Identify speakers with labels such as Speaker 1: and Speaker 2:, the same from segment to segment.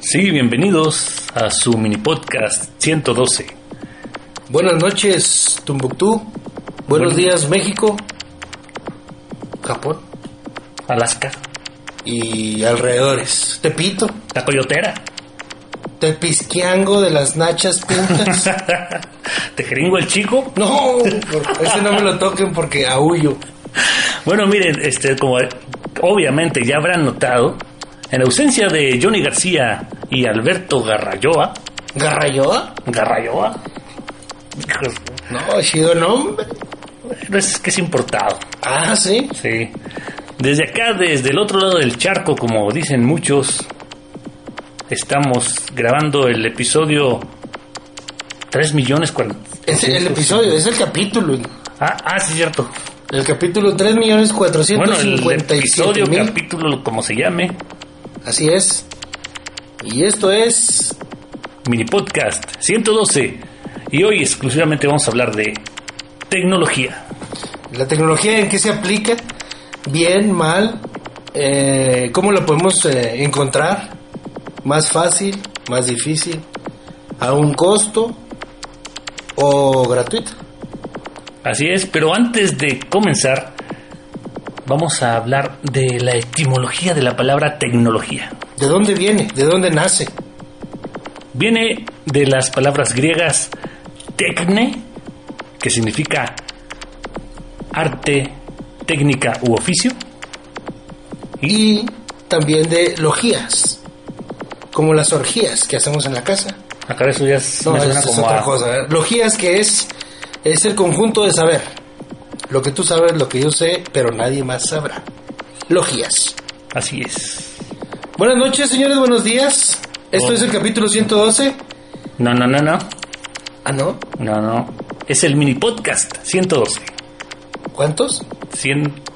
Speaker 1: Sí, bienvenidos a su mini podcast 112.
Speaker 2: Buenas noches, Tumbuctú. Buenos días, México, Japón
Speaker 1: Alaska,
Speaker 2: y alrededores. Tepito,
Speaker 1: la coyotera,
Speaker 2: Tepisquiango de las Nachas Pintas.
Speaker 1: Tejeringo el chico.
Speaker 2: No, por- ese no me lo toquen porque aullo.
Speaker 1: Bueno, miren, este, como obviamente ya habrán notado, en ausencia de Johnny García y Alberto Garrayoa,
Speaker 2: ¿Garrayoa?
Speaker 1: Garrayoa, hijos,
Speaker 2: No, chido nombre.
Speaker 1: no es que es importado.
Speaker 2: Ah, sí.
Speaker 1: Sí. Desde acá, desde el otro lado del charco, como dicen muchos, estamos grabando el episodio 3 millones cuarenta-
Speaker 2: Es el episodio, es el capítulo.
Speaker 1: Ah, ah, sí, cierto.
Speaker 2: El capítulo 3 millones
Speaker 1: Bueno, el episodio,
Speaker 2: mil.
Speaker 1: capítulo, como se llame,
Speaker 2: Así es. Y esto es
Speaker 1: mini podcast 112. Y hoy exclusivamente vamos a hablar de tecnología.
Speaker 2: La tecnología en qué se aplica, bien, mal, eh, cómo la podemos eh, encontrar, más fácil, más difícil, a un costo o gratuita.
Speaker 1: Así es, pero antes de comenzar, vamos a hablar de la etimología de la palabra tecnología.
Speaker 2: ¿De dónde viene? ¿De dónde nace?
Speaker 1: Viene de las palabras griegas tecne, que significa arte, técnica u oficio,
Speaker 2: Y también de logías, como las orgías que hacemos en la casa.
Speaker 1: Acá eso ya es,
Speaker 2: No,
Speaker 1: me suena
Speaker 2: eso es
Speaker 1: como
Speaker 2: otra
Speaker 1: a-
Speaker 2: cosa. ¿eh? Logías que es, es el conjunto de saber. Lo que tú sabes, lo que yo sé, pero nadie más sabrá. Logías.
Speaker 1: Así es.
Speaker 2: Buenas noches, señores, buenos días. Esto
Speaker 1: Oh.
Speaker 2: es el capítulo 112.
Speaker 1: No, no, no, no.
Speaker 2: Ah, no.
Speaker 1: No, no. Es el mini podcast 112.
Speaker 2: ¿Cuántos?
Speaker 1: 100.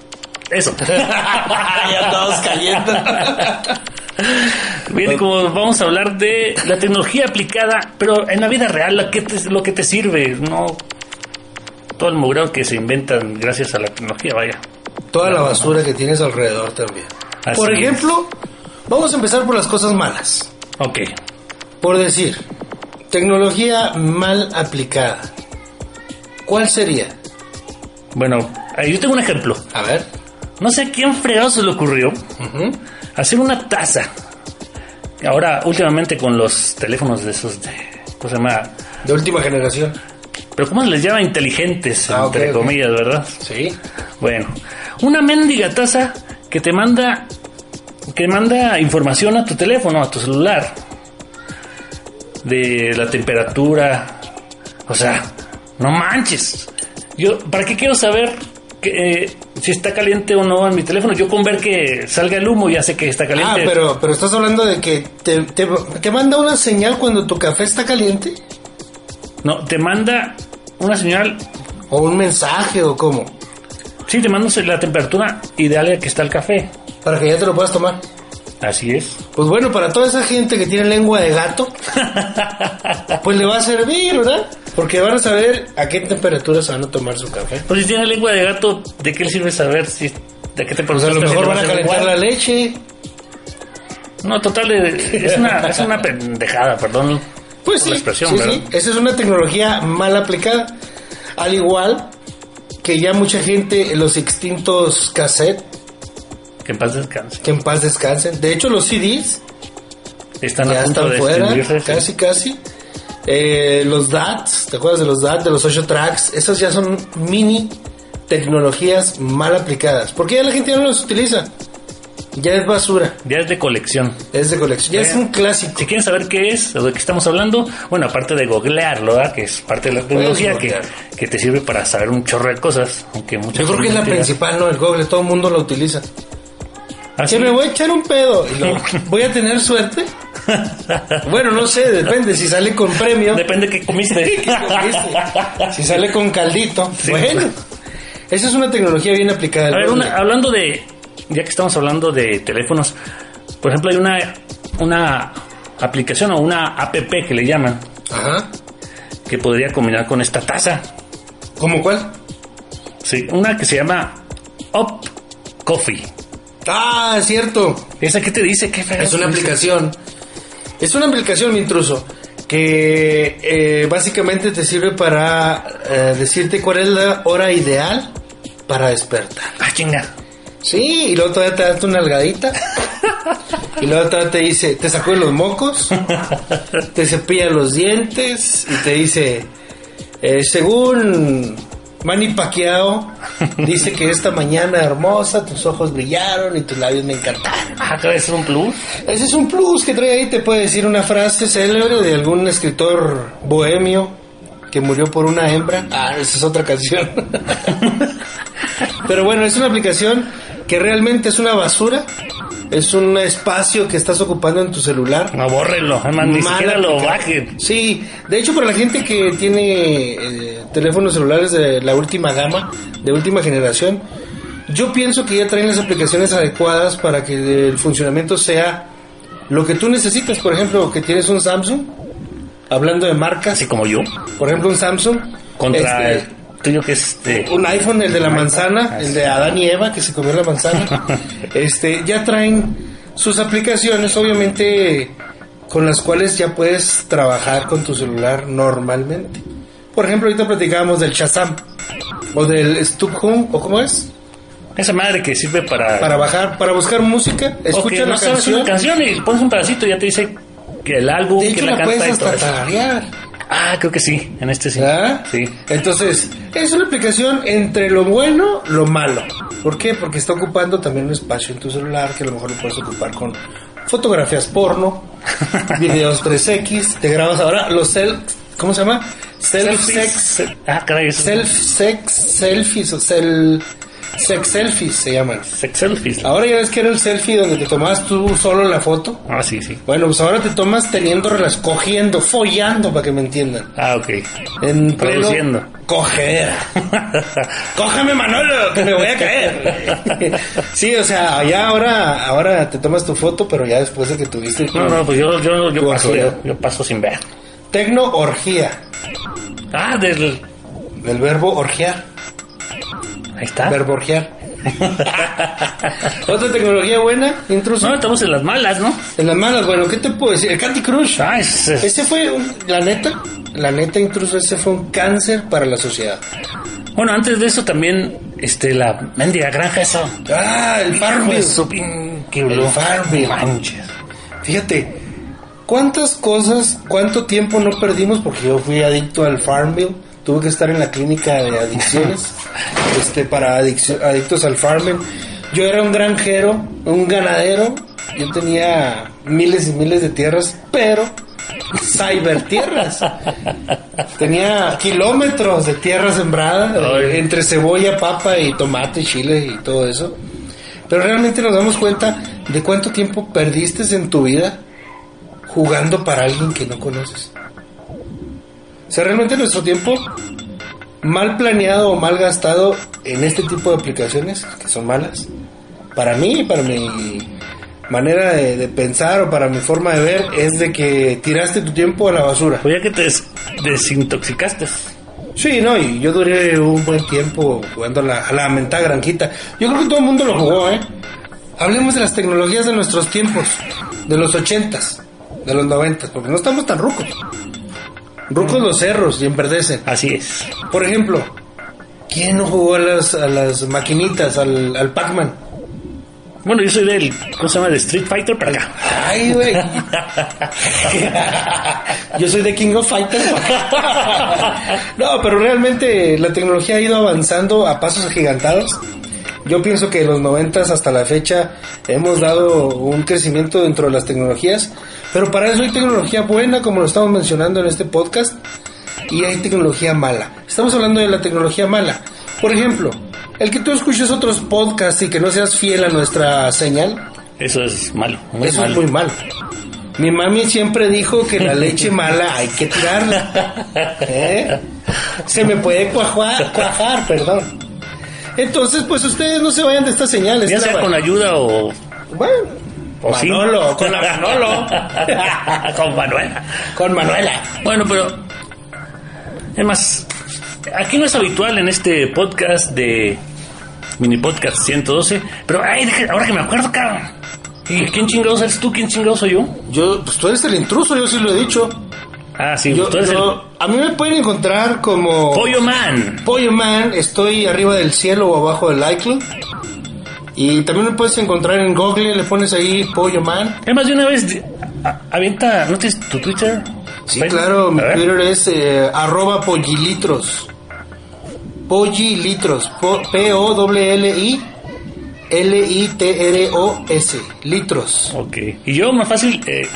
Speaker 1: Eso.
Speaker 2: ya todos cayendo.
Speaker 1: Viene como vamos a hablar de la tecnología aplicada, pero en la vida real, lo que te, lo que te sirve, no todo el mugreo que se inventan gracias a la tecnología, vaya.
Speaker 2: Toda la basura que tienes alrededor también.
Speaker 1: Así
Speaker 2: por
Speaker 1: es.
Speaker 2: ejemplo, vamos a empezar por las cosas malas.
Speaker 1: Ok.
Speaker 2: Por decir, tecnología mal aplicada. ¿Cuál sería?
Speaker 1: Bueno, eh, yo tengo un ejemplo.
Speaker 2: A ver.
Speaker 1: No sé a quién fregado se le ocurrió
Speaker 2: Ujú.
Speaker 1: hacer una taza. Ahora, últimamente con los teléfonos de esos de. ¿Cómo se llama?
Speaker 2: De última generación.
Speaker 1: Pero ¿cómo se les llama inteligentes?
Speaker 2: Ah, ok,
Speaker 1: entre
Speaker 2: ok.
Speaker 1: comillas, ¿verdad?
Speaker 2: Sí.
Speaker 1: Bueno, una mendiga taza que te manda que manda información a tu teléfono, a tu celular de la temperatura, o sea, no manches. Yo, ¿para qué quiero saber que, eh, si está caliente o no en mi teléfono? Yo con ver que salga el humo ya sé que está
Speaker 2: Ah,
Speaker 1: caliente.
Speaker 2: pero, pero estás hablando de que te, te- te manda una señal cuando tu café está caliente.
Speaker 1: No, te manda una señal,
Speaker 2: O un mensaje o cómo.
Speaker 1: sí, te manda la temperatura ideal que está el café.
Speaker 2: Para que ya te lo puedas tomar.
Speaker 1: Así es.
Speaker 2: Pues bueno, para toda esa gente que tiene lengua de gato, pues le va a servir, ¿verdad? Porque van a saber a qué temperatura se van a tomar su café.
Speaker 1: Pues si tiene lengua de gato, ¿de qué le sirve saber si de qué te
Speaker 2: Pues a lo mejor van a calentar la
Speaker 1: la...
Speaker 2: leche.
Speaker 1: No, total, eh, es una, es una pendejada, perdón.
Speaker 2: Pues Pues sí,
Speaker 1: la expresión,
Speaker 2: sí,
Speaker 1: ¿verdad?
Speaker 2: sí. Esa es una tecnología mal aplicada. Al igual que ya mucha gente, los extintos cassette,
Speaker 1: Que en paz descanse.
Speaker 2: que en paz descansen. De hecho, los CDs
Speaker 1: Están
Speaker 2: ya
Speaker 1: a punto
Speaker 2: están
Speaker 1: de
Speaker 2: fuera,
Speaker 1: extinguirse, sí.
Speaker 2: casi, casi. Eh, los DATs, ¿te acuerdas de los DATs, de los 8 tracks? Esas ya son mini tecnologías mal aplicadas. Porque ya la gente ya no las utiliza. Ya es basura,
Speaker 1: Ya es de colección.
Speaker 2: es de colección. Ya es un clásico.
Speaker 1: Si quieren saber qué es o de qué estamos hablando, bueno, aparte de googlearlo, ¿verdad? que es parte de la tecnología que,
Speaker 2: googlear.
Speaker 1: que te sirve para saber un chorro de cosas, aunque muchas
Speaker 2: Yo creo que es la principal, ¿no? El Google, todo el mundo lo utiliza.
Speaker 1: Así ¿Ah,
Speaker 2: Que me voy a echar un pedo. Y luego, ¿Voy a tener suerte? Bueno, no sé, depende. Si sale con premio,
Speaker 1: Depende de qué comiste.
Speaker 2: si sale con caldito, bueno. Esa es una tecnología bien aplicada.
Speaker 1: A ver,
Speaker 2: ¿no?
Speaker 1: una- hablando de. Ya que estamos hablando de teléfonos, por ejemplo, hay una, una aplicación o una app que le llaman
Speaker 2: Ajá.
Speaker 1: que podría combinar con esta taza.
Speaker 2: ¿Cómo cuál?
Speaker 1: Sí, una que se llama Up Coffee.
Speaker 2: Ah, es cierto.
Speaker 1: ¿Esa qué te dice? ¿Qué
Speaker 2: Es una aplicación. Es una aplicación, mi intruso, que eh, básicamente te sirve para eh, decirte cuál es la hora ideal para despertar.
Speaker 1: Ah, chinga.
Speaker 2: Sí, y luego todavía te das tu nalgadita. Y luego todavía te dice, te sacude los mocos, te cepilla los dientes y te dice, eh, según Manny Pacquiao, dice que esta mañana hermosa tus ojos brillaron y tus labios me encantaron.
Speaker 1: Ah, acaba de ser un plus.
Speaker 2: Ese es un plus que trae ahí, te puede decir una frase célebre de algún escritor bohemio que murió por una hembra. Ah, esa es otra canción. Pero bueno, es una aplicación que realmente es una basura, es un espacio que estás ocupando en tu celular.
Speaker 1: No, bórrenlo. Además, ni
Speaker 2: Mal
Speaker 1: siquiera lo
Speaker 2: aplicado.
Speaker 1: bajen.
Speaker 2: Sí, de hecho para la gente que tiene eh, teléfonos celulares de la última gama, de última generación, yo pienso que ya traen las aplicaciones adecuadas para que el funcionamiento sea lo que tú necesitas. Por ejemplo, que tienes un Samsung, hablando de marcas,
Speaker 1: Así como yo.
Speaker 2: por ejemplo un Samsung
Speaker 1: Contra
Speaker 2: este,
Speaker 1: el tuyo que es este.
Speaker 2: un iPhone, el de la manzana,
Speaker 1: Ah,
Speaker 2: el de Adán y Eva que se comió la manzana. Este, ya traen sus aplicaciones, obviamente, con las cuales ya puedes trabajar con tu celular normalmente. Por ejemplo, ahorita platicábamos del Shazam o del Home o cómo es,
Speaker 1: Esa madre que sirve para.
Speaker 2: para bajar, para buscar música,
Speaker 1: o que
Speaker 2: escucha
Speaker 1: no
Speaker 2: la
Speaker 1: sabes
Speaker 2: canción.
Speaker 1: una canción y pones un pedacito y ya te dice que el álbum,
Speaker 2: De
Speaker 1: que
Speaker 2: hecho,
Speaker 1: la,
Speaker 2: la puedes
Speaker 1: canta y todo
Speaker 2: hasta
Speaker 1: eso.
Speaker 2: tararear.
Speaker 1: Ah, creo que sí. En este sí.
Speaker 2: ¿Ah?
Speaker 1: Sí.
Speaker 2: Entonces, es una aplicación entre lo bueno, lo malo. ¿Por qué? Porque está ocupando también un espacio en tu celular que a lo mejor lo puedes ocupar con fotografías porno, videos 3X, te grabas ahora los self, ¿cómo se llama? Self sex,
Speaker 1: Selfies. Ah, caray. Eso
Speaker 2: self sex selfies o self sex selfies se llaman.
Speaker 1: Sex selfies.
Speaker 2: Ahora ya ves que era el selfie donde te tomabas tú solo la foto.
Speaker 1: Ah, sí, sí.
Speaker 2: Bueno, pues ahora te tomas teniendo relaciones, cogiendo, follando, para que me entiendan.
Speaker 1: Ah, ok.
Speaker 2: En pleno
Speaker 1: Produciendo.
Speaker 2: coger. Cógeme Manolo, que me voy a caer. sí, o sea, ya ahora, ahora te tomas tu foto, pero ya después de que tuviste tu
Speaker 1: No, no, pues yo, yo, yo
Speaker 2: Tú
Speaker 1: paso,
Speaker 2: ajeno.
Speaker 1: yo, yo paso sin ver.
Speaker 2: tecno orgía,
Speaker 1: Ah, del.
Speaker 2: del verbo orgear,
Speaker 1: Ahí está.
Speaker 2: verbo orgear. Otra tecnología buena, intruso.
Speaker 1: No, estamos en las malas, ¿no?
Speaker 2: En las manos, bueno, ¿qué te puedo decir? El Candy Crush.
Speaker 1: Ah, es, es-
Speaker 2: Ese fue, un- la neta, la neta, intruso, ese fue un cáncer para la sociedad.
Speaker 1: Bueno, antes de eso también, este, la mendiga granja, eso.
Speaker 2: Ah, el Barbie.
Speaker 1: Eso, pin, que lo-
Speaker 2: Farmville.
Speaker 1: Manches.
Speaker 2: Fíjate, ¿cuántas cosas, cuánto tiempo no perdimos? Porque yo fui adicto al Farmville, tuve que estar en la clínica de adicciones este, para adiccio- adictos al Farmville. Yo era un granjero, un ganadero, yo tenía miles y miles de tierras, pero cybertierras. Tenía kilómetros de tierra sembrada, eh,
Speaker 1: Ay.
Speaker 2: entre cebolla, papa y tomate, chile y todo eso. Pero realmente nos damos cuenta de cuánto tiempo perdiste en tu vida jugando para alguien que no conoces. O sea, realmente nuestro tiempo mal planeado o mal gastado en este tipo de aplicaciones, que son malas, para mí, para mi manera de, de pensar o para mi forma de ver, es de que tiraste tu tiempo a la basura.
Speaker 1: Pues ya que te des- desintoxicaste.
Speaker 2: Sí, no, y yo duré un buen tiempo jugando a la, a la mentada granjita. Yo creo que todo el mundo lo jugó, ¿eh? Hablemos de las tecnologías de nuestros tiempos, de los ochentas, de los noventas, porque no estamos tan rucos. Rucos los cerros y emperdecen.
Speaker 1: Así es.
Speaker 2: Por ejemplo, ¿quién no jugó a las, a las maquinitas, al, al Pac-Man?
Speaker 1: Bueno, yo soy del, ¿cómo se llama? De Street Fighter para acá.
Speaker 2: Ay, güey. Yo soy de King of Fighters. No, pero realmente la tecnología ha ido avanzando a pasos agigantados. Yo pienso que de los 90 hasta la fecha hemos dado un crecimiento dentro de las tecnologías, pero para eso hay tecnología buena, como lo estamos mencionando en este podcast, y hay tecnología mala. Estamos hablando de la tecnología mala. Por ejemplo, el que tú escuches otros podcasts y que no seas fiel a nuestra señal,
Speaker 1: Eso es malo. Muy
Speaker 2: eso
Speaker 1: malo.
Speaker 2: es muy mal. Mi mami siempre dijo que la leche mala hay que tirarla. ¿Eh? Se me puede cuajar, cuajar, perdón. Entonces, pues ustedes no se vayan de esta señal.
Speaker 1: Ya
Speaker 2: esta
Speaker 1: sea
Speaker 2: va-
Speaker 1: con ayuda o.
Speaker 2: Bueno,
Speaker 1: o sin.
Speaker 2: Manolo, con la Manolo,
Speaker 1: con Manuela.
Speaker 2: con Manuela.
Speaker 1: Bueno, pero. Es más, aquí no es habitual en este podcast de. Mini Podcast 112. Pero, ay, deja- ahora que me acuerdo, cabrón. ¿Y quién chingados eres tú? ¿Quién chingados soy yo?
Speaker 2: Yo, pues tú eres el intruso, yo sí lo he dicho.
Speaker 1: Ah, sí,
Speaker 2: Yo,
Speaker 1: tú eres
Speaker 2: yo- A mí me pueden encontrar como
Speaker 1: el Pollo Man.
Speaker 2: Pollo Man, estoy arriba del cielo o abajo del iCloud. Y también me puedes encontrar en Google, le pones ahí Pollo Man.
Speaker 1: Es más, de una vez, di- a- avienta, ¿no tienes tu Twitter?
Speaker 2: Sí,
Speaker 1: Facebook?
Speaker 2: claro, mi
Speaker 1: A ver.
Speaker 2: Twitter es eh, arroba pollilitros. Pollilitros, po- P-O-L-I-L-I-T-R-O-S, litros.
Speaker 1: Ok. Y yo, más fácil, eh,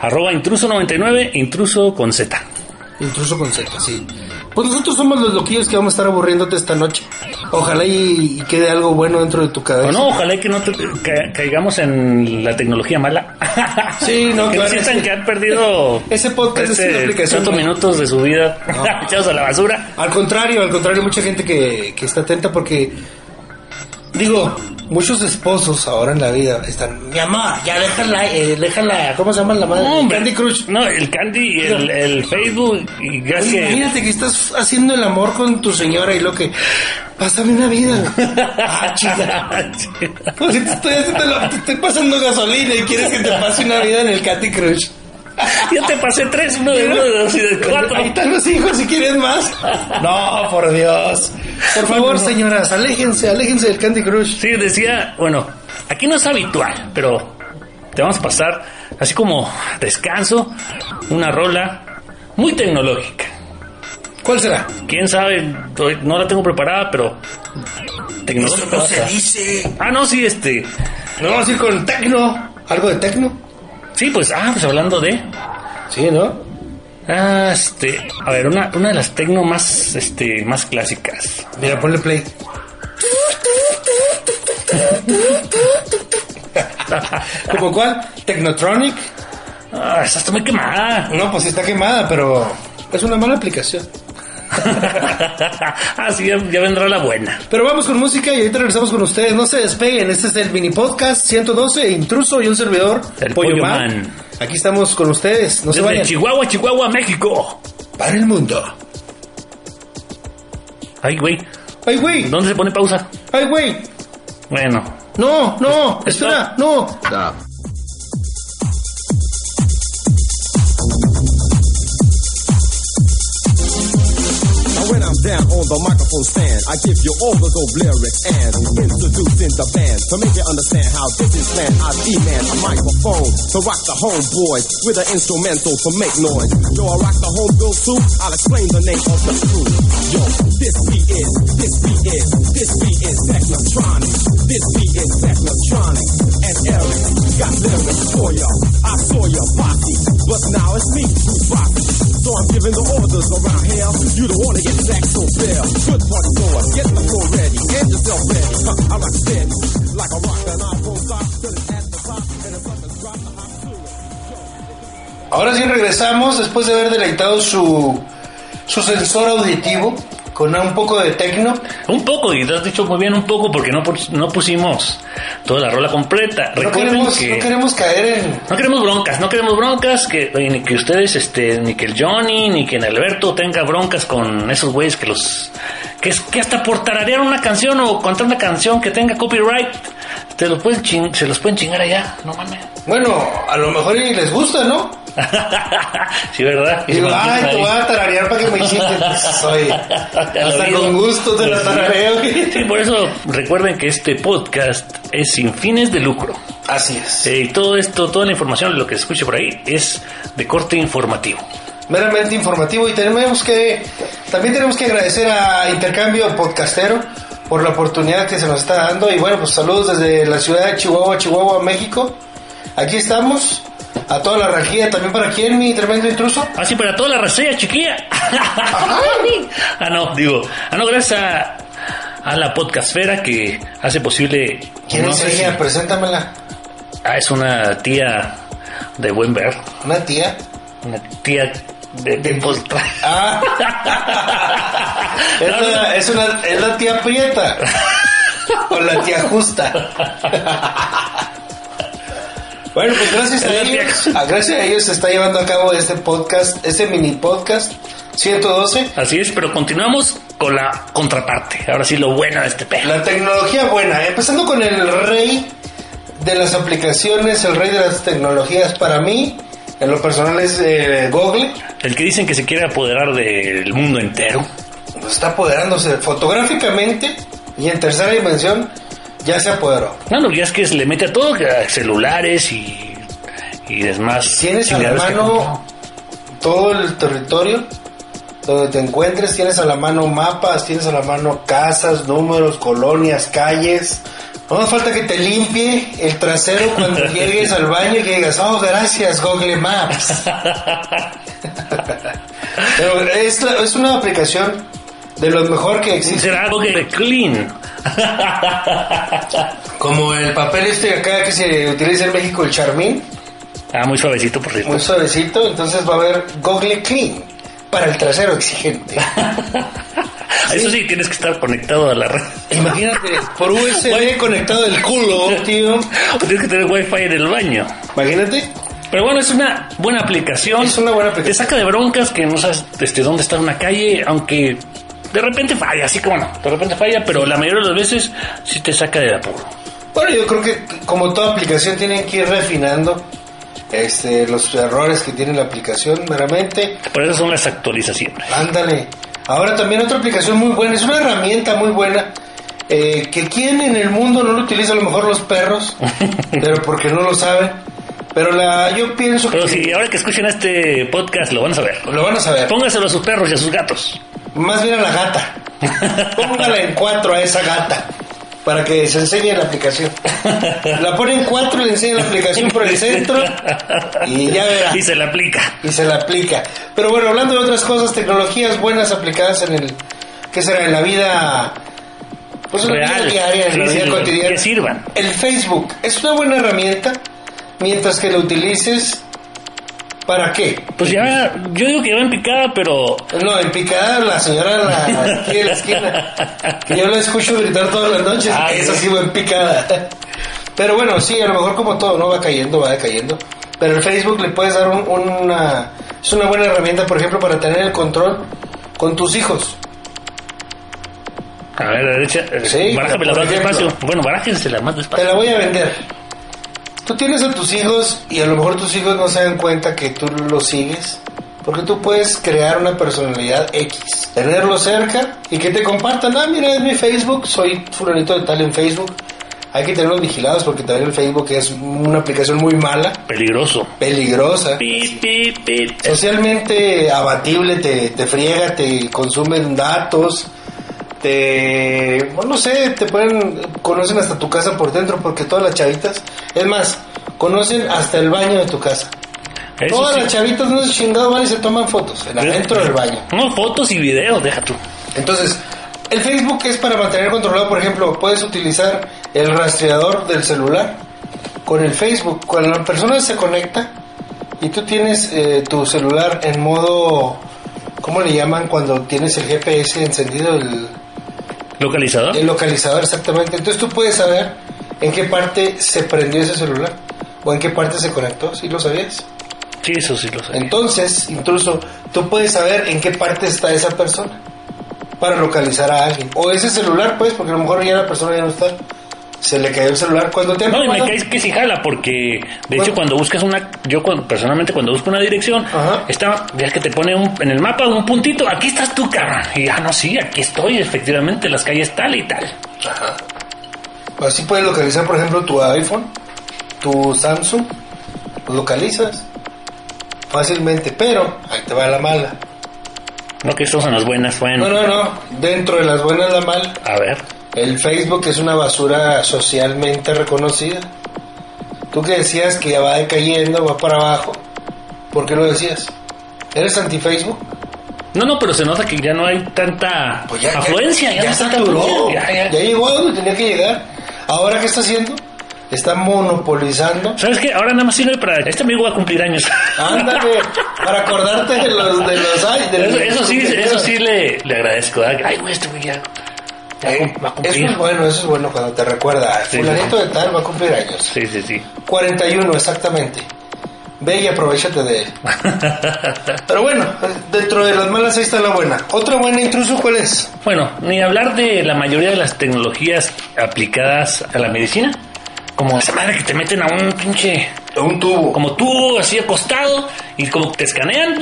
Speaker 1: arroba intruso99, intruso con Z.
Speaker 2: Intruso con Z, sí. Pues nosotros somos los loquillos que vamos a estar aburriéndote esta noche. Ojalá y, y quede algo bueno dentro de tu cabeza.
Speaker 1: O no, ojalá que no te- ca- caigamos en la tecnología mala.
Speaker 2: Sí, no,
Speaker 1: que
Speaker 2: claro,
Speaker 1: sientan
Speaker 2: sí.
Speaker 1: que han perdido este
Speaker 2: Ese podcast es una aplicación,
Speaker 1: tantos
Speaker 2: ¿no?
Speaker 1: minutos de su vida
Speaker 2: No.
Speaker 1: echados a la basura.
Speaker 2: Al contrario, al contrario, mucha gente que, que está atenta porque, digo, muchos esposos ahora en la vida están, mi amor, ya déjala, eh, déjala, ¿cómo se llama la madre?
Speaker 1: No, hombre.
Speaker 2: Candy Crush.
Speaker 1: No, el Candy y el, el Facebook. Y
Speaker 2: Oye,
Speaker 1: gracias.
Speaker 2: Imagínate que estás haciendo el amor con tu señora y lo que, pásame una vida. ah, chica. Pues si te estoy, haciendo lo- te estoy pasando gasolina y quieres que te pase una vida en el Candy Crush.
Speaker 1: Yo te pasé tres, uno de uno, de dos y de cuatro.
Speaker 2: Ahí están los hijos si quieren más. No, por Dios. Por favor, señoras, aléjense, aléjense del Candy Crush.
Speaker 1: Sí, decía, bueno, aquí no es habitual, pero te vamos a pasar, así como descanso, una rola muy tecnológica.
Speaker 2: ¿Cuál será?
Speaker 1: Quién sabe, hoy no la tengo preparada, pero tecnológica. va a estar.
Speaker 2: dice.
Speaker 1: Ah, no, sí, este.
Speaker 2: Nos vamos a ir con tecno. ¿Algo de tecno?
Speaker 1: Sí, pues, ah, pues hablando de.
Speaker 2: Sí, ¿no?
Speaker 1: Ah, este. A ver, una, una de las tecno más, este, más clásicas.
Speaker 2: Mira, ponle play. ¿Como cuál? ¿Technotronic?
Speaker 1: Ah, esa está muy quemada.
Speaker 2: No, pues está quemada, pero es una mala aplicación.
Speaker 1: ah, sí, ya, ya vendrá la buena.
Speaker 2: Pero vamos con música y ahorita regresamos con ustedes. No se despeguen. Este es el mini podcast 112, intruso y un servidor.
Speaker 1: El Pollo Man.
Speaker 2: Aquí estamos con ustedes. No se
Speaker 1: Desde
Speaker 2: vayan.
Speaker 1: Chihuahua, Chihuahua, México.
Speaker 2: Para el mundo.
Speaker 1: Ay, güey.
Speaker 2: Ay, güey.
Speaker 1: ¿Dónde se pone pausa?
Speaker 2: Ay, güey.
Speaker 1: Bueno,
Speaker 2: No, no.
Speaker 1: Es-
Speaker 2: Espera, no.
Speaker 3: Now when I'm down on the microphone stand, I give you all the dope lyrics and introducing the band to make you understand how this is planned. I demand a microphone to rock the homeboys with an instrumental to make noise. Yo, I rock the home girl too. I'll explain the name of the crew. Yo, this beat is, this beat is, this beat is technotronic. This beat is technotronic. And Eric got lyrics for ya. I saw your body, but now it's me who's rocking. So I'm giving the orders around here. You don't wanna get sacked so fair. Good party goers, get the floor ready, get yourself ready. Huh, I rock steady like a rock, and I won't stop till it's at the top. And if something's dropped, I hop to it.
Speaker 2: Ahora sí regresamos después de haber deleitado su, su sensor auditivo con un poco de tecno.
Speaker 1: un poco, y te has dicho muy bien un poco porque no, pus- no pusimos toda la rola completa.
Speaker 2: No
Speaker 1: Recuerden
Speaker 2: queremos,
Speaker 1: que
Speaker 2: no queremos caer en...
Speaker 1: no queremos broncas, no queremos broncas, que oye, ni que ustedes, este, ni que el Johnny, ni que el Alberto tenga broncas con esos güeyes que los... Que, es- que hasta por tararear una canción o contar una canción que tenga copyright, te los pueden chin- se los pueden chingar allá, no mames.
Speaker 2: Bueno, a lo mejor y les gusta, ¿no?
Speaker 1: sí, ¿verdad?
Speaker 2: Digo, ay, te voy a tararear para que me hiciste. Soy. Hasta con gusto te lo tarareo.
Speaker 1: Sí, por eso recuerden que este podcast es sin fines de lucro.
Speaker 2: Así es.
Speaker 1: Eh, y todo esto, toda la información, lo que se escucha por ahí, es de corte informativo.
Speaker 2: Meramente informativo y tenemos que también tenemos que agradecer a Intercambio Podcastero por la oportunidad que se nos está dando y bueno, pues saludos desde la ciudad de Chihuahua, Chihuahua, México. Aquí estamos. A toda la rajilla, también para quién, mi tremendo intruso.
Speaker 1: Así para toda la rasea, chiquilla. ah, no, digo. Ah, no, gracias a, a la podcastfera que hace posible.
Speaker 2: ¿Quién
Speaker 1: no
Speaker 2: es
Speaker 1: sé si-
Speaker 2: ella? Preséntamela.
Speaker 1: Ah, es una tía de buen ver.
Speaker 2: Una tía.
Speaker 1: Una tía de, pues, de postra.
Speaker 2: Ah. es,
Speaker 1: No, no.
Speaker 2: la, es, una, es la tía prieta. o la tía justa. bueno, pues gracias a
Speaker 1: Es la tía
Speaker 2: ellos. a- gracias a ellos se está llevando a cabo este podcast, este mini podcast 112.
Speaker 1: Así es, pero continuamos con la contraparte. Ahora sí, lo bueno de este perro.
Speaker 2: La tecnología buena, empezando con el rey de las aplicaciones, el rey de las tecnologías para mí, en lo personal es eh, Google,
Speaker 1: El que dicen que se quiere apoderar del mundo entero.
Speaker 2: Pues está apoderándose fotográficamente y en tercera dimensión ya se apoderó.
Speaker 1: No, no, ya es que se le mete a todo, que a celulares y, y es más.
Speaker 2: Tienes a la
Speaker 1: chingaderas que-
Speaker 2: mano todo el territorio donde te encuentres, tienes a la mano mapas, tienes a la mano casas, números, colonias, calles. No hace falta que te limpie el trasero cuando llegues al baño y que digas, oh, gracias Google Maps. Pero es, la- es una aplicación de lo mejor que existe.
Speaker 1: Será algo que de clean.
Speaker 2: Como el papel este acá que se utiliza en México, el charmín,
Speaker 1: Ah, muy suavecito, por cierto.
Speaker 2: muy suavecito, entonces va a haber Google Clean para el trasero exigente.
Speaker 1: Eso sí, tienes que estar conectado a la red.
Speaker 2: Imagínate, por USB conectado el culo, tío.
Speaker 1: Tienes que tener wifi en el baño.
Speaker 2: Imagínate.
Speaker 1: Pero bueno, es una buena aplicación.
Speaker 2: Es una buena aplicación.
Speaker 1: Te saca de broncas que no sabes desde dónde está una calle, aunque de repente falla, así como no, de repente falla, pero la mayoría de las veces sí te saca de apuro.
Speaker 2: Bueno, yo creo que como toda aplicación tienen que ir refinando este, los errores que tiene la aplicación, meramente.
Speaker 1: Por eso son las actualizaciones.
Speaker 2: Ándale. Ahora también otra aplicación muy buena, es una herramienta muy buena. eh, que quien en el mundo no lo utiliza, a lo mejor los perros, pero porque no lo saben. Pero la, yo pienso
Speaker 1: Pero
Speaker 2: que
Speaker 1: si ahora que escuchen este podcast lo van a saber.
Speaker 2: lo van a saber.
Speaker 1: Póngaselo a sus perros y a sus gatos.
Speaker 2: Más bien a la gata. Póngala en cuatro a esa gata. Para que se enseñe la aplicación. La pone en cuatro, le enseña la aplicación por el centro. Y ya verá.
Speaker 1: Y se le aplica.
Speaker 2: Y se la aplica. Pero bueno, hablando de otras cosas, tecnologías buenas aplicadas en el. ¿Qué será? En la vida. Pues en la vida
Speaker 1: Real.
Speaker 2: diaria, en la
Speaker 1: Sí,
Speaker 2: vida
Speaker 1: sí,
Speaker 2: cotidiana.
Speaker 1: que sirvan.
Speaker 2: El Facebook es una buena herramienta mientras que lo utilices. ¿Para qué?
Speaker 1: Pues ya, yo digo que va en picada, pero
Speaker 2: No, en picada la señora la, aquí en la esquina. Que yo la escucho gritar todas las noches.
Speaker 1: Ah,
Speaker 2: esa
Speaker 1: ¿sí?
Speaker 2: sí va en picada. Pero bueno, sí, a lo mejor como todo, ¿no? Va cayendo, va decayendo. Pero el Facebook le puedes dar un- una... Es una buena herramienta, por ejemplo, para tener el control con tus hijos.
Speaker 1: A ver, derecha. eh,
Speaker 2: Sí,
Speaker 1: barájamela
Speaker 2: por
Speaker 1: más
Speaker 2: ejemplo.
Speaker 1: despacio. Bueno, barájensela más
Speaker 2: Te
Speaker 1: despacio.
Speaker 2: la voy a vender. Tú tienes a tus hijos y a lo mejor tus hijos no se dan cuenta que tú los sigues. Porque tú puedes crear una personalidad X, tenerlo cerca y que te compartan. Ah, mira, es mi Facebook, soy fulanito de tal en Facebook. Hay que tenerlos vigilados porque también el Facebook es una aplicación muy mala,
Speaker 1: Peligroso.
Speaker 2: peligrosa,
Speaker 1: Pip, pip, pip.
Speaker 2: socialmente abatible, te, te friega, te consumen datos, te... bueno, no sé, te pueden... conocen hasta tu casa por dentro porque todas las chavitas, es más, conocen hasta el baño de tu casa.
Speaker 1: Eso
Speaker 2: Todas
Speaker 1: sí.
Speaker 2: las chavitas no se chingados van y se toman fotos en- adentro del baño.
Speaker 1: No, fotos y videos, deja tú.
Speaker 2: Entonces, el Facebook es para mantener controlado, por ejemplo, puedes utilizar el rastreador del celular con el Facebook. Cuando la persona se conecta y tú tienes eh, tu celular en modo, ¿cómo le llaman cuando tienes el GPS encendido, el,
Speaker 1: Localizador.
Speaker 2: el localizador exactamente? Entonces tú puedes saber en qué parte se prendió ese celular o en qué parte se conectó, si lo sabías.
Speaker 1: Sí, eso sí lo sé.
Speaker 2: Entonces, incluso tú puedes saber en qué parte está esa persona para localizar a alguien. O ese celular, pues, porque a lo mejor ya la persona ya no está. Se le cayó el celular. Cuando te han
Speaker 1: No, y me
Speaker 2: robado-
Speaker 1: caes que si jala, porque de hecho
Speaker 2: Bueno.
Speaker 1: cuando buscas una, yo cuando- personalmente cuando busco una dirección,
Speaker 2: Ajá.
Speaker 1: está, ya que te pone un- en el mapa un puntito, aquí estás tú, cabrón. Y ah, no, sí, aquí estoy, efectivamente, las calles tal y tal.
Speaker 2: Así puedes localizar, por ejemplo, tu iPhone, tu Samsung. Lo localizas fácilmente, pero ahí te va la mala.
Speaker 1: No que estamos en las buenas, bueno.
Speaker 2: No, no, no. Dentro de las buenas, la mala.
Speaker 1: A ver,
Speaker 2: El Facebook es una basura socialmente reconocida. Tú que decías que va decayendo, va para abajo. ¿Por qué lo decías? ¿Eres anti-Facebook?
Speaker 1: no, no, pero se nota que ya no hay tanta afluencia, Pues ya,
Speaker 2: Pues ya,
Speaker 1: no hay tanta
Speaker 2: saturó.
Speaker 1: afluencia, ya,
Speaker 2: Ya,
Speaker 1: ya.
Speaker 2: llegó a donde tenía que llegar. Ahora, ¿qué está haciendo? Está monopolizando.
Speaker 1: ¿Sabes qué? Ahora nada más sirve para... Este amigo va a cumplir años.
Speaker 2: Ándale, para acordarte de los... De los ay, de
Speaker 1: Eso,
Speaker 2: los-
Speaker 1: eso sí, eso sí le, le agradezco. ¿verdad? Ay, güey, este güey ya, ya
Speaker 2: Eh,
Speaker 1: cum- va a
Speaker 2: eso
Speaker 1: cumplir.
Speaker 2: es bueno, eso es bueno cuando te recuerda.
Speaker 1: Sí,
Speaker 2: fulanito de tal va a cumplir años.
Speaker 1: Sí, sí, sí.
Speaker 2: 41, exactamente. Ve y aprovechate de él. Pero bueno, dentro de las malas ahí está la buena. ¿Otra buena intruso cuál es?
Speaker 1: Bueno, ni hablar de la mayoría de las tecnologías aplicadas a la medicina. Como esa madre que te meten a un pinche...
Speaker 2: Un tubo.
Speaker 1: Como tú, así acostado, y como te escanean.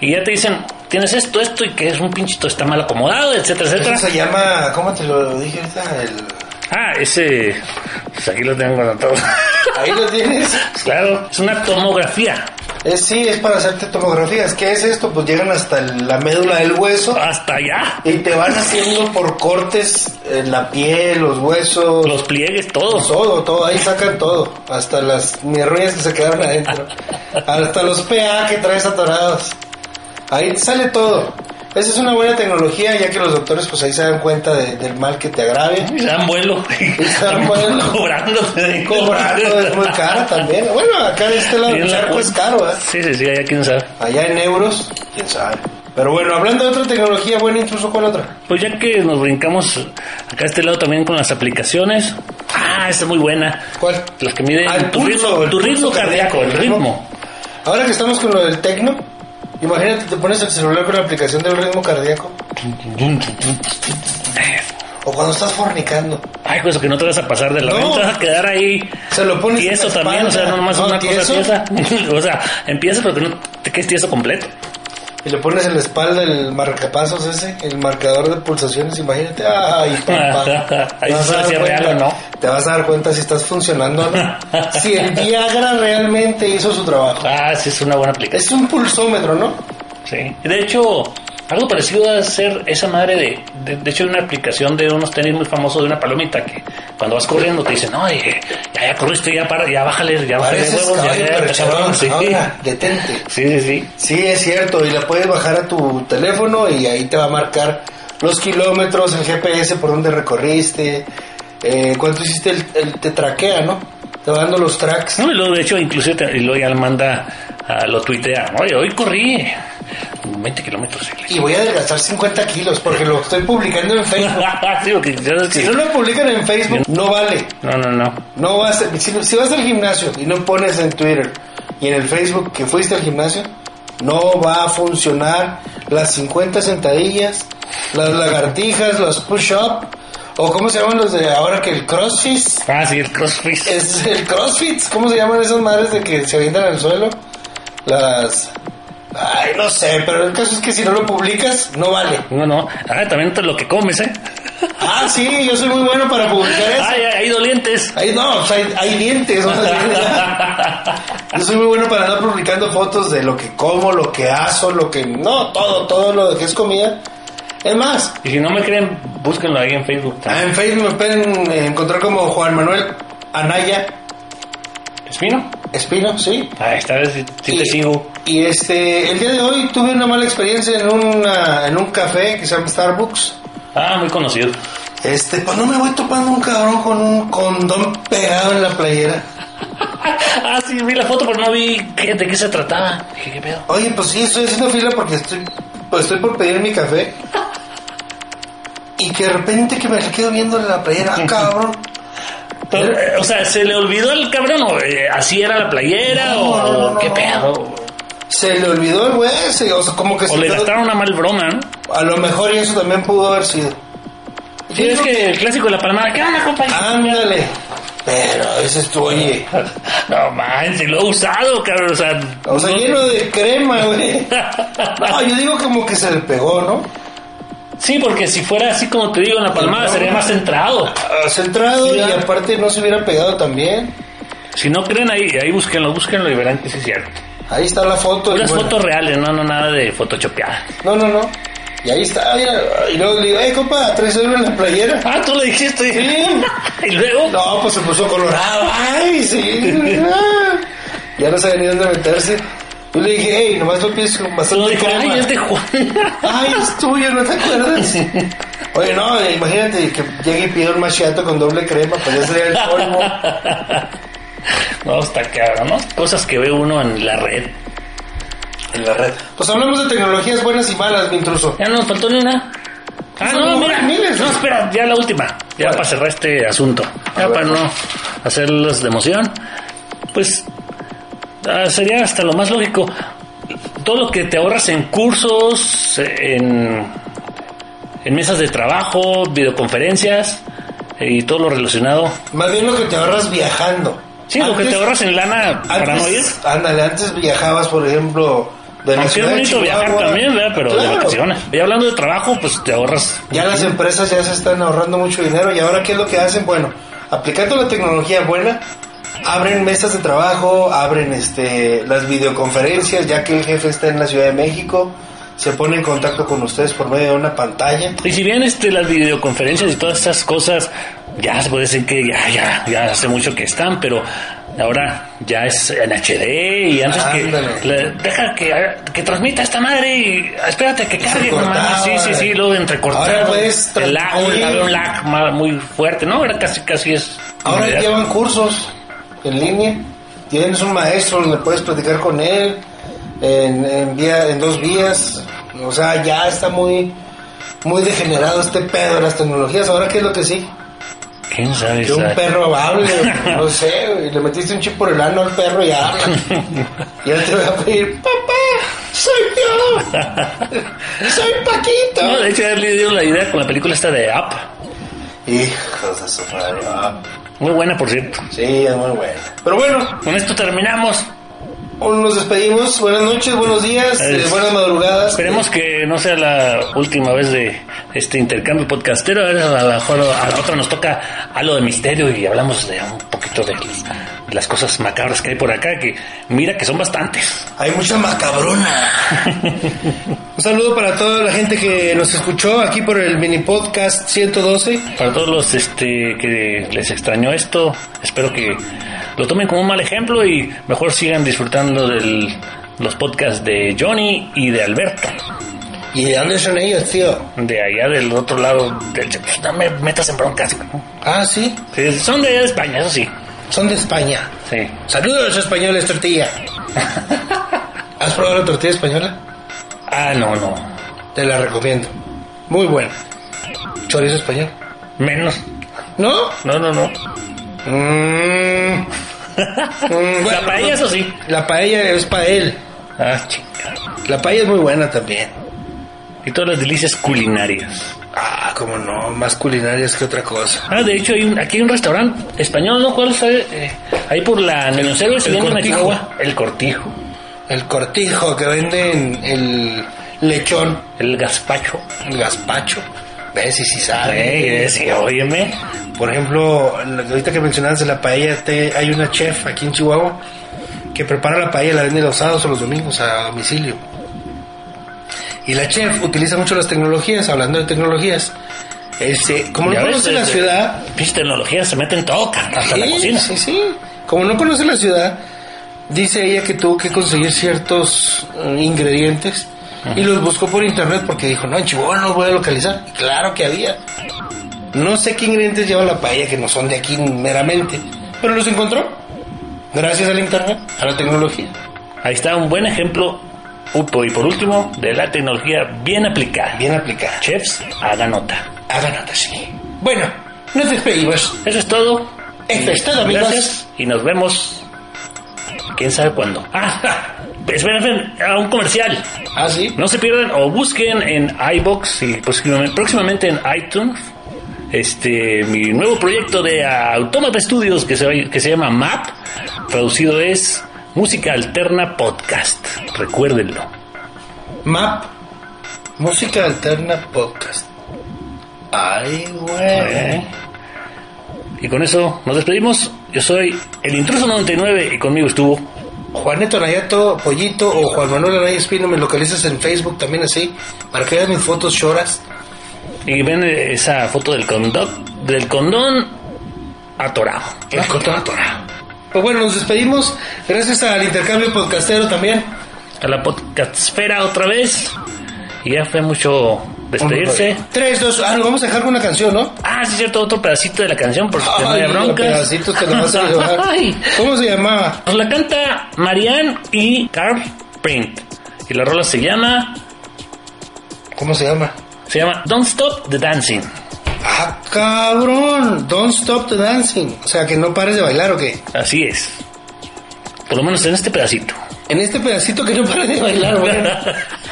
Speaker 1: Y ya te dicen, tienes esto, esto, y que es un pinchito, está mal acomodado, etcétera,
Speaker 2: Eso
Speaker 1: etcétera.
Speaker 2: se llama, ¿cómo te lo dije ahorita? El-
Speaker 1: Ah, ese... Pues aquí lo tengo anotado.
Speaker 2: Ahí lo tienes.
Speaker 1: claro, es una tomografía.
Speaker 2: Es, sí, es para hacerte tomografías. ¿Qué es esto? Pues llegan hasta la médula del hueso
Speaker 1: Hasta allá.
Speaker 2: y te van haciendo por cortes en la piel, los huesos,
Speaker 1: Los pliegues, todos.
Speaker 2: Todo, todo, ahí sacan todo. Hasta las mierruñas que se quedaron adentro. Hasta los PA que traes atorados. Ahí sale todo. Esa es una buena tecnología, ya que los doctores pues ahí se dan cuenta de- del mal que te agravia.
Speaker 1: Y se dan vuelo. Y
Speaker 2: se dan vuelo.
Speaker 1: Cobrando.
Speaker 2: Y Cobrando es muy caro también. Bueno, acá de este lado
Speaker 1: Y en
Speaker 2: del
Speaker 1: la
Speaker 2: charco es
Speaker 1: cuenta.
Speaker 2: caro, ¿eh?
Speaker 1: Sí, sí, sí, allá quién sabe.
Speaker 2: Allá en euros, quién sabe. Pero bueno, hablando de otra tecnología buena, incluso con otra.
Speaker 1: Pues ya que nos brincamos acá a este lado también con las aplicaciones. Ah, esa es muy buena.
Speaker 2: ¿Cuál?
Speaker 1: Las que miden
Speaker 2: Ah, el
Speaker 1: tu
Speaker 2: pulso,
Speaker 1: ritmo,
Speaker 2: el
Speaker 1: tu
Speaker 2: pulso
Speaker 1: ritmo cardíaco, el ritmo.
Speaker 2: Ahora que estamos con lo del tecno, imagínate, te pones el celular con la aplicación del ritmo cardíaco. O cuando estás fornicando.
Speaker 1: Ay, pues que no te vas a pasar de la
Speaker 2: No.
Speaker 1: mente, te vas a quedar ahí.
Speaker 2: Se lo pones
Speaker 1: Tieso
Speaker 2: en la
Speaker 1: también, o sea,
Speaker 2: espalda.
Speaker 1: no nomás
Speaker 2: No,
Speaker 1: una
Speaker 2: tieso.
Speaker 1: cosa tiesa. o sea, empieza pero que no te quedes tieso completo.
Speaker 2: Y le pones en la espalda el marcapasos ese, el marcador de pulsaciones, imagínate. Ay, papá.
Speaker 1: Ahí
Speaker 2: Te vas
Speaker 1: sí se
Speaker 2: a dar
Speaker 1: hacía real
Speaker 2: cuenta-
Speaker 1: o no.
Speaker 2: Te vas a dar cuenta si estás funcionando o no. si el Viagra realmente hizo su trabajo.
Speaker 1: Ah, sí, es una buena aplicación.
Speaker 2: Es un pulsómetro, ¿no?
Speaker 1: Sí. De hecho, algo parecido a ser esa madre de, de. de hecho, hay una aplicación de unos tenis muy famosos de una palomita que cuando vas corriendo te dicen, no, eh, ya, ya corriste, ya para, ya bájale, ya bájale de
Speaker 2: Pareces
Speaker 1: huevos, ya,
Speaker 2: caballo
Speaker 1: ya,
Speaker 2: percherón.
Speaker 1: cabrón, sí.
Speaker 2: Ahora, detente.
Speaker 1: sí, sí, sí.
Speaker 2: Sí, es cierto, y la puedes bajar a tu teléfono y ahí te va a marcar los kilómetros, el GPS por donde recorriste, eh, cuánto hiciste, el, el- te traquea, ¿no? Te va dando los tracks.
Speaker 1: No, y luego, de hecho, inclusive te- y luego ya le manda, a, lo tuitea, oye, hoy corrí 20 kilómetros.
Speaker 2: Y voy a adelgazar 50 kilos porque lo estoy publicando en Facebook.
Speaker 1: Sí, porque ya sabes que-
Speaker 2: Si no lo publican en Facebook, no vale.
Speaker 1: No, no, no.
Speaker 2: No vas a- si, si vas al gimnasio y no pones en Twitter y en el Facebook que fuiste al gimnasio, no va a funcionar las 50 sentadillas, las lagartijas, los push-up, o cómo se llaman los de ahora que el crossfit,
Speaker 1: Ah, sí, el crossfit.
Speaker 2: es el crossfit, ¿cómo se llaman esas madres de que se avientan al suelo? Las... Ay, no sé, pero el caso es que si no lo publicas, no vale.
Speaker 1: No, no. Ah, también todo lo que comes, ¿eh?
Speaker 2: Ah, sí, yo soy muy bueno para publicar eso.
Speaker 1: Ay, ay, hay dolientes.
Speaker 2: Ahí no, o sea, hay, hay dientes. ¿no? Yo soy muy bueno para andar publicando fotos de lo que como, lo que hago, lo que... No, todo, todo lo que es comida. Es más, ah,
Speaker 1: Y si no me creen, búsquenlo ahí en Facebook. también.
Speaker 2: en Facebook me pueden eh, encontrar como Juan Manuel Anaya Ah.
Speaker 1: ¿Espino?
Speaker 2: Espino, ¿sí?
Speaker 1: Ah, esta vez sí, sí te
Speaker 2: Y-
Speaker 1: sigo.
Speaker 2: Y este, el día de hoy tuve una mala experiencia en, una, en un café que se llama Starbucks.
Speaker 1: Ah, muy conocido.
Speaker 2: Este, pues no me voy topando un cabrón con un condón pegado en la playera.
Speaker 1: Ah, sí, vi la foto, pero no vi qué- de qué se trataba. Dije, ¿qué pedo?
Speaker 2: Oye, pues sí, estoy haciendo fila porque estoy, pues estoy por pedir mi café. Y que de repente que me quedo viendo la playera, ah, cabrón.
Speaker 1: Pero, eh, o sea, ¿se le olvidó al cabrón? ¿O, eh, ¿Así era la playera?
Speaker 2: No,
Speaker 1: ¿O
Speaker 2: no, no,
Speaker 1: qué
Speaker 2: no.
Speaker 1: pedo?
Speaker 2: Se le olvidó el güey ese, o sea, como que
Speaker 1: ¿O
Speaker 2: se
Speaker 1: le
Speaker 2: quedó-
Speaker 1: gastaron una mal broma, no?
Speaker 2: A lo mejor y eso también pudo haber sido.
Speaker 1: Sí, es que el clásico de la palmada. ¿Qué onda, compa?
Speaker 2: Ah. Ándale. Pero a veces tú, oye.
Speaker 1: No manches, lo he usado, cabrón. O sea,
Speaker 2: O sea,
Speaker 1: no-
Speaker 2: lleno de crema, güey. No, yo digo como que se le pegó, ¿no?
Speaker 1: Sí, porque si fuera así como te digo en la palmada, sería más centrado.
Speaker 2: Ah, Centrado y aparte no se hubiera pegado también.
Speaker 1: Si no creen ahí, ahí búsquenlo, búsquenlo y verán que sí es cierto.
Speaker 2: Ahí está la foto. y
Speaker 1: Puras
Speaker 2: bueno.
Speaker 1: fotos reales, no, no, nada de photoshopeada.
Speaker 2: No, no, no. Y ahí está, mira. Y luego le digo, eh, compa, tres euros en la playera.
Speaker 1: Ah, tú lo dijiste.
Speaker 2: Sí.
Speaker 1: Y luego.
Speaker 2: No, pues se puso colorado. Ay, sí. ah. Ya no sabía ni dónde meterse. Yo le dije, hey, nomás lo pienso con
Speaker 1: Tú no
Speaker 2: bastante
Speaker 1: dijiste,
Speaker 2: crema.
Speaker 1: ay, este es de Juan.
Speaker 2: Ay, es tuyo, ¿no te acuerdas? Oye, no, eh, imagínate que llegue y pida un machiato con doble crema, pues ya sería el colmo.
Speaker 1: No, está cabrón, ¿no? Cosas que ve uno en la red.
Speaker 2: En la red. Pues hablamos de tecnologías buenas y malas, mi intruso.
Speaker 1: Ya no nos faltó ni una. Ah,
Speaker 2: Son
Speaker 1: no,
Speaker 2: como
Speaker 1: mira.
Speaker 2: miles.
Speaker 1: No, espera, ya la última. Ya
Speaker 2: Bueno.
Speaker 1: para cerrar este asunto. Ya
Speaker 2: ver.
Speaker 1: para no hacerlos de emoción. Pues ah, sería hasta lo más lógico. Todo lo que te ahorras en cursos, eh, en, en mesas de trabajo, videoconferencias eh, y todo lo relacionado.
Speaker 2: Más bien lo que te ahorras viajando. Ah,
Speaker 1: Sí, lo que te ahorras en lana para no ir.
Speaker 2: antes, Ándale, antes viajabas, por ejemplo, de la
Speaker 1: Aunque es
Speaker 2: ciudad de
Speaker 1: bonito viajar
Speaker 2: Chihuahua.
Speaker 1: también, ¿verdad? Pero de
Speaker 2: Claro.
Speaker 1: vacaciones. Y hablando de trabajo, pues te ahorras.
Speaker 2: Ya las empresas ya se están ahorrando mucho dinero y ahora qué es lo que hacen? Bueno, aplicando la tecnología buena, abren mesas de trabajo, abren este las videoconferencias, ya que el jefe está en la Ciudad de México, se pone en contacto con ustedes por medio de una pantalla.
Speaker 1: Y si bien este, las videoconferencias y todas esas cosas, ya se puede decir que ya, ya, ya hace mucho que están, pero ahora ya es en HD y antes
Speaker 2: Ándale.
Speaker 1: que la- deja que, que transmita esta madre y espérate que cargue,
Speaker 2: cortaba.
Speaker 1: nomás. Sí, sí, sí, luego entrecortado.
Speaker 2: eh. Ahora puedes
Speaker 1: el lag,
Speaker 2: transmitir.
Speaker 1: había un lag ma- muy fuerte, ¿no? Ahora casi, casi es.
Speaker 2: Ahora
Speaker 1: inmediato.
Speaker 2: llevan cursos en línea, tienes un maestro donde puedes platicar con él en, en vía- en dos vías, o sea, ya está muy muy degenerado este pedo de las tecnologías. Ahora qué es lo que sí,
Speaker 1: ¿Quién sabe?
Speaker 2: que un
Speaker 1: sabe?
Speaker 2: perro hable, no sé, y le metiste un chip por el ano al perro y habla. Y él te va a pedir, papá, soy yo, soy Paquito.
Speaker 1: No, de hecho, ya le dieron la idea con la película esta de Up.
Speaker 2: Hijos de su madre, ah.
Speaker 1: Muy buena, por cierto.
Speaker 2: sí, es muy bueno. Pero bueno,
Speaker 1: Con esto terminamos.
Speaker 2: Hoy Nos despedimos. Buenas noches, buenos días,
Speaker 1: Es-
Speaker 2: eh, buenas madrugadas.
Speaker 1: Esperemos que no sea la última vez de este intercambio podcastero. A lo mejor a la otra nos toca algo de misterio y hablamos de un poquito de las, de las cosas macabras que hay por acá, que mira que son bastantes.
Speaker 2: Hay mucha macabrona. Un saludo para toda la gente que nos escuchó aquí por el mini podcast 112.
Speaker 1: Para todos los este, que les extrañó esto, espero que lo tomen como un mal ejemplo y mejor sigan disfrutando de los podcasts de Johnny y de Alberto.
Speaker 2: ¿Y de dónde son ellos, tío?
Speaker 1: De allá del otro lado del... Pues, no me metas en broncas. ¿no?
Speaker 2: Ah, sí,
Speaker 1: Sí, Son de allá de España, eso sí.
Speaker 2: son de España.
Speaker 1: Sí.
Speaker 2: Saludos españoles, tortilla. ¿Has probado la tortilla española?
Speaker 1: Ah, no, no.
Speaker 2: Te la recomiendo. Muy buena. Chorizo español.
Speaker 1: Menos.
Speaker 2: ¿No?
Speaker 1: No, no, no.
Speaker 2: Mm. Mm, bueno,
Speaker 1: la paella, eso sí.
Speaker 2: La paella es para él.
Speaker 1: Ah, chica.
Speaker 2: La paella es muy buena también.
Speaker 1: Y todas las delicias culinarias.
Speaker 2: Ah, como no, más culinarias que otra cosa.
Speaker 1: Ah, de hecho, hay un- aquí hay un restaurante español, ¿no? ¿Cuál es? Eh, ahí por la Nenocero, el,
Speaker 2: el
Speaker 1: el
Speaker 2: Cortijo.
Speaker 1: Chihuahua. El cortijo.
Speaker 2: El cortijo que venden el lechón,
Speaker 1: El gazpacho.
Speaker 2: el gazpacho. ¿Ves? Y si sabe.
Speaker 1: Ey, eh, sí, óyeme.
Speaker 2: Por ejemplo, la- ahorita que mencionabas de la paella, te- hay una chef aquí en Chihuahua que prepara la paella, la vende los sábados o los domingos a domicilio. Y la chef utiliza mucho las tecnologías, hablando de tecnologías. Este, como no
Speaker 1: Ya ves,
Speaker 2: conoce la
Speaker 1: este,
Speaker 2: ciudad,
Speaker 1: Pinche tecnología, se meten todo, cabrón, hasta la
Speaker 2: Sí,
Speaker 1: cocina.
Speaker 2: Sí, sí. Como no conoce la ciudad, dice ella que tuvo que conseguir ciertos eh, ingredientes y los buscó por internet porque dijo, no, en Chihuahua no los voy a localizar. Y claro que había. No sé qué ingredientes lleva la paella que no son de aquí meramente, pero los encontró. Gracias al internet, a la tecnología.
Speaker 1: Ahí está un buen ejemplo. Upo, Y por último, de la tecnología bien aplicada.
Speaker 2: Bien aplicada.
Speaker 1: Chefs, haga nota.
Speaker 2: Hagan nota, sí. Bueno, nos despedimos.
Speaker 1: Eso es todo.
Speaker 2: Esto es todo, amigos.
Speaker 1: Gracias y nos vemos. ¿Quién sabe cuándo? Ah, esperen, esperen, a un comercial.
Speaker 2: Ah, sí.
Speaker 1: No se pierdan o busquen en iBox y próximamente, próximamente en iTunes este, mi nuevo proyecto de Autómata Studios que se, va- que se llama MAP, traducido es Música Alterna Podcast. Recuérdenlo.
Speaker 2: Map. Música alterna podcast. Ay, güey.
Speaker 1: ¿eh? Y con eso nos despedimos. Yo soy el Intruso 99 y conmigo estuvo
Speaker 2: Juaneto Nayato, Pollito o Juan Manuel Anaya Espino, me localizas en Facebook también así, para que veas mis fotos choras.
Speaker 1: Y ven eh, esa foto del condón, del condón atorado.
Speaker 2: El condón atorado. Pues bueno, nos despedimos. Gracias al intercambio podcastero también.
Speaker 1: A la podcastfera otra vez. Y ya fue mucho despedirse.
Speaker 2: Tres, dos, ah, nos vamos a dejar con una canción, ¿no?
Speaker 1: Ah, sí, es cierto, otro pedacito de la canción porque no hay
Speaker 2: Ay,
Speaker 1: broncas.
Speaker 2: pedacitos te lo vas a llevar.
Speaker 1: Ay.
Speaker 2: ¿Cómo se llamaba?
Speaker 1: Pues la canta Marianne y Carl Print. Y la rola se llama,
Speaker 2: ¿Cómo se llama?
Speaker 1: se llama Don't Stop the Dancing.
Speaker 2: Ah, cabrón. Don't stop the dancing. O sea, que no pares de bailar o qué.
Speaker 1: Así es. Por lo menos en este pedacito.
Speaker 2: En este pedacito que no pares de bailar, güey.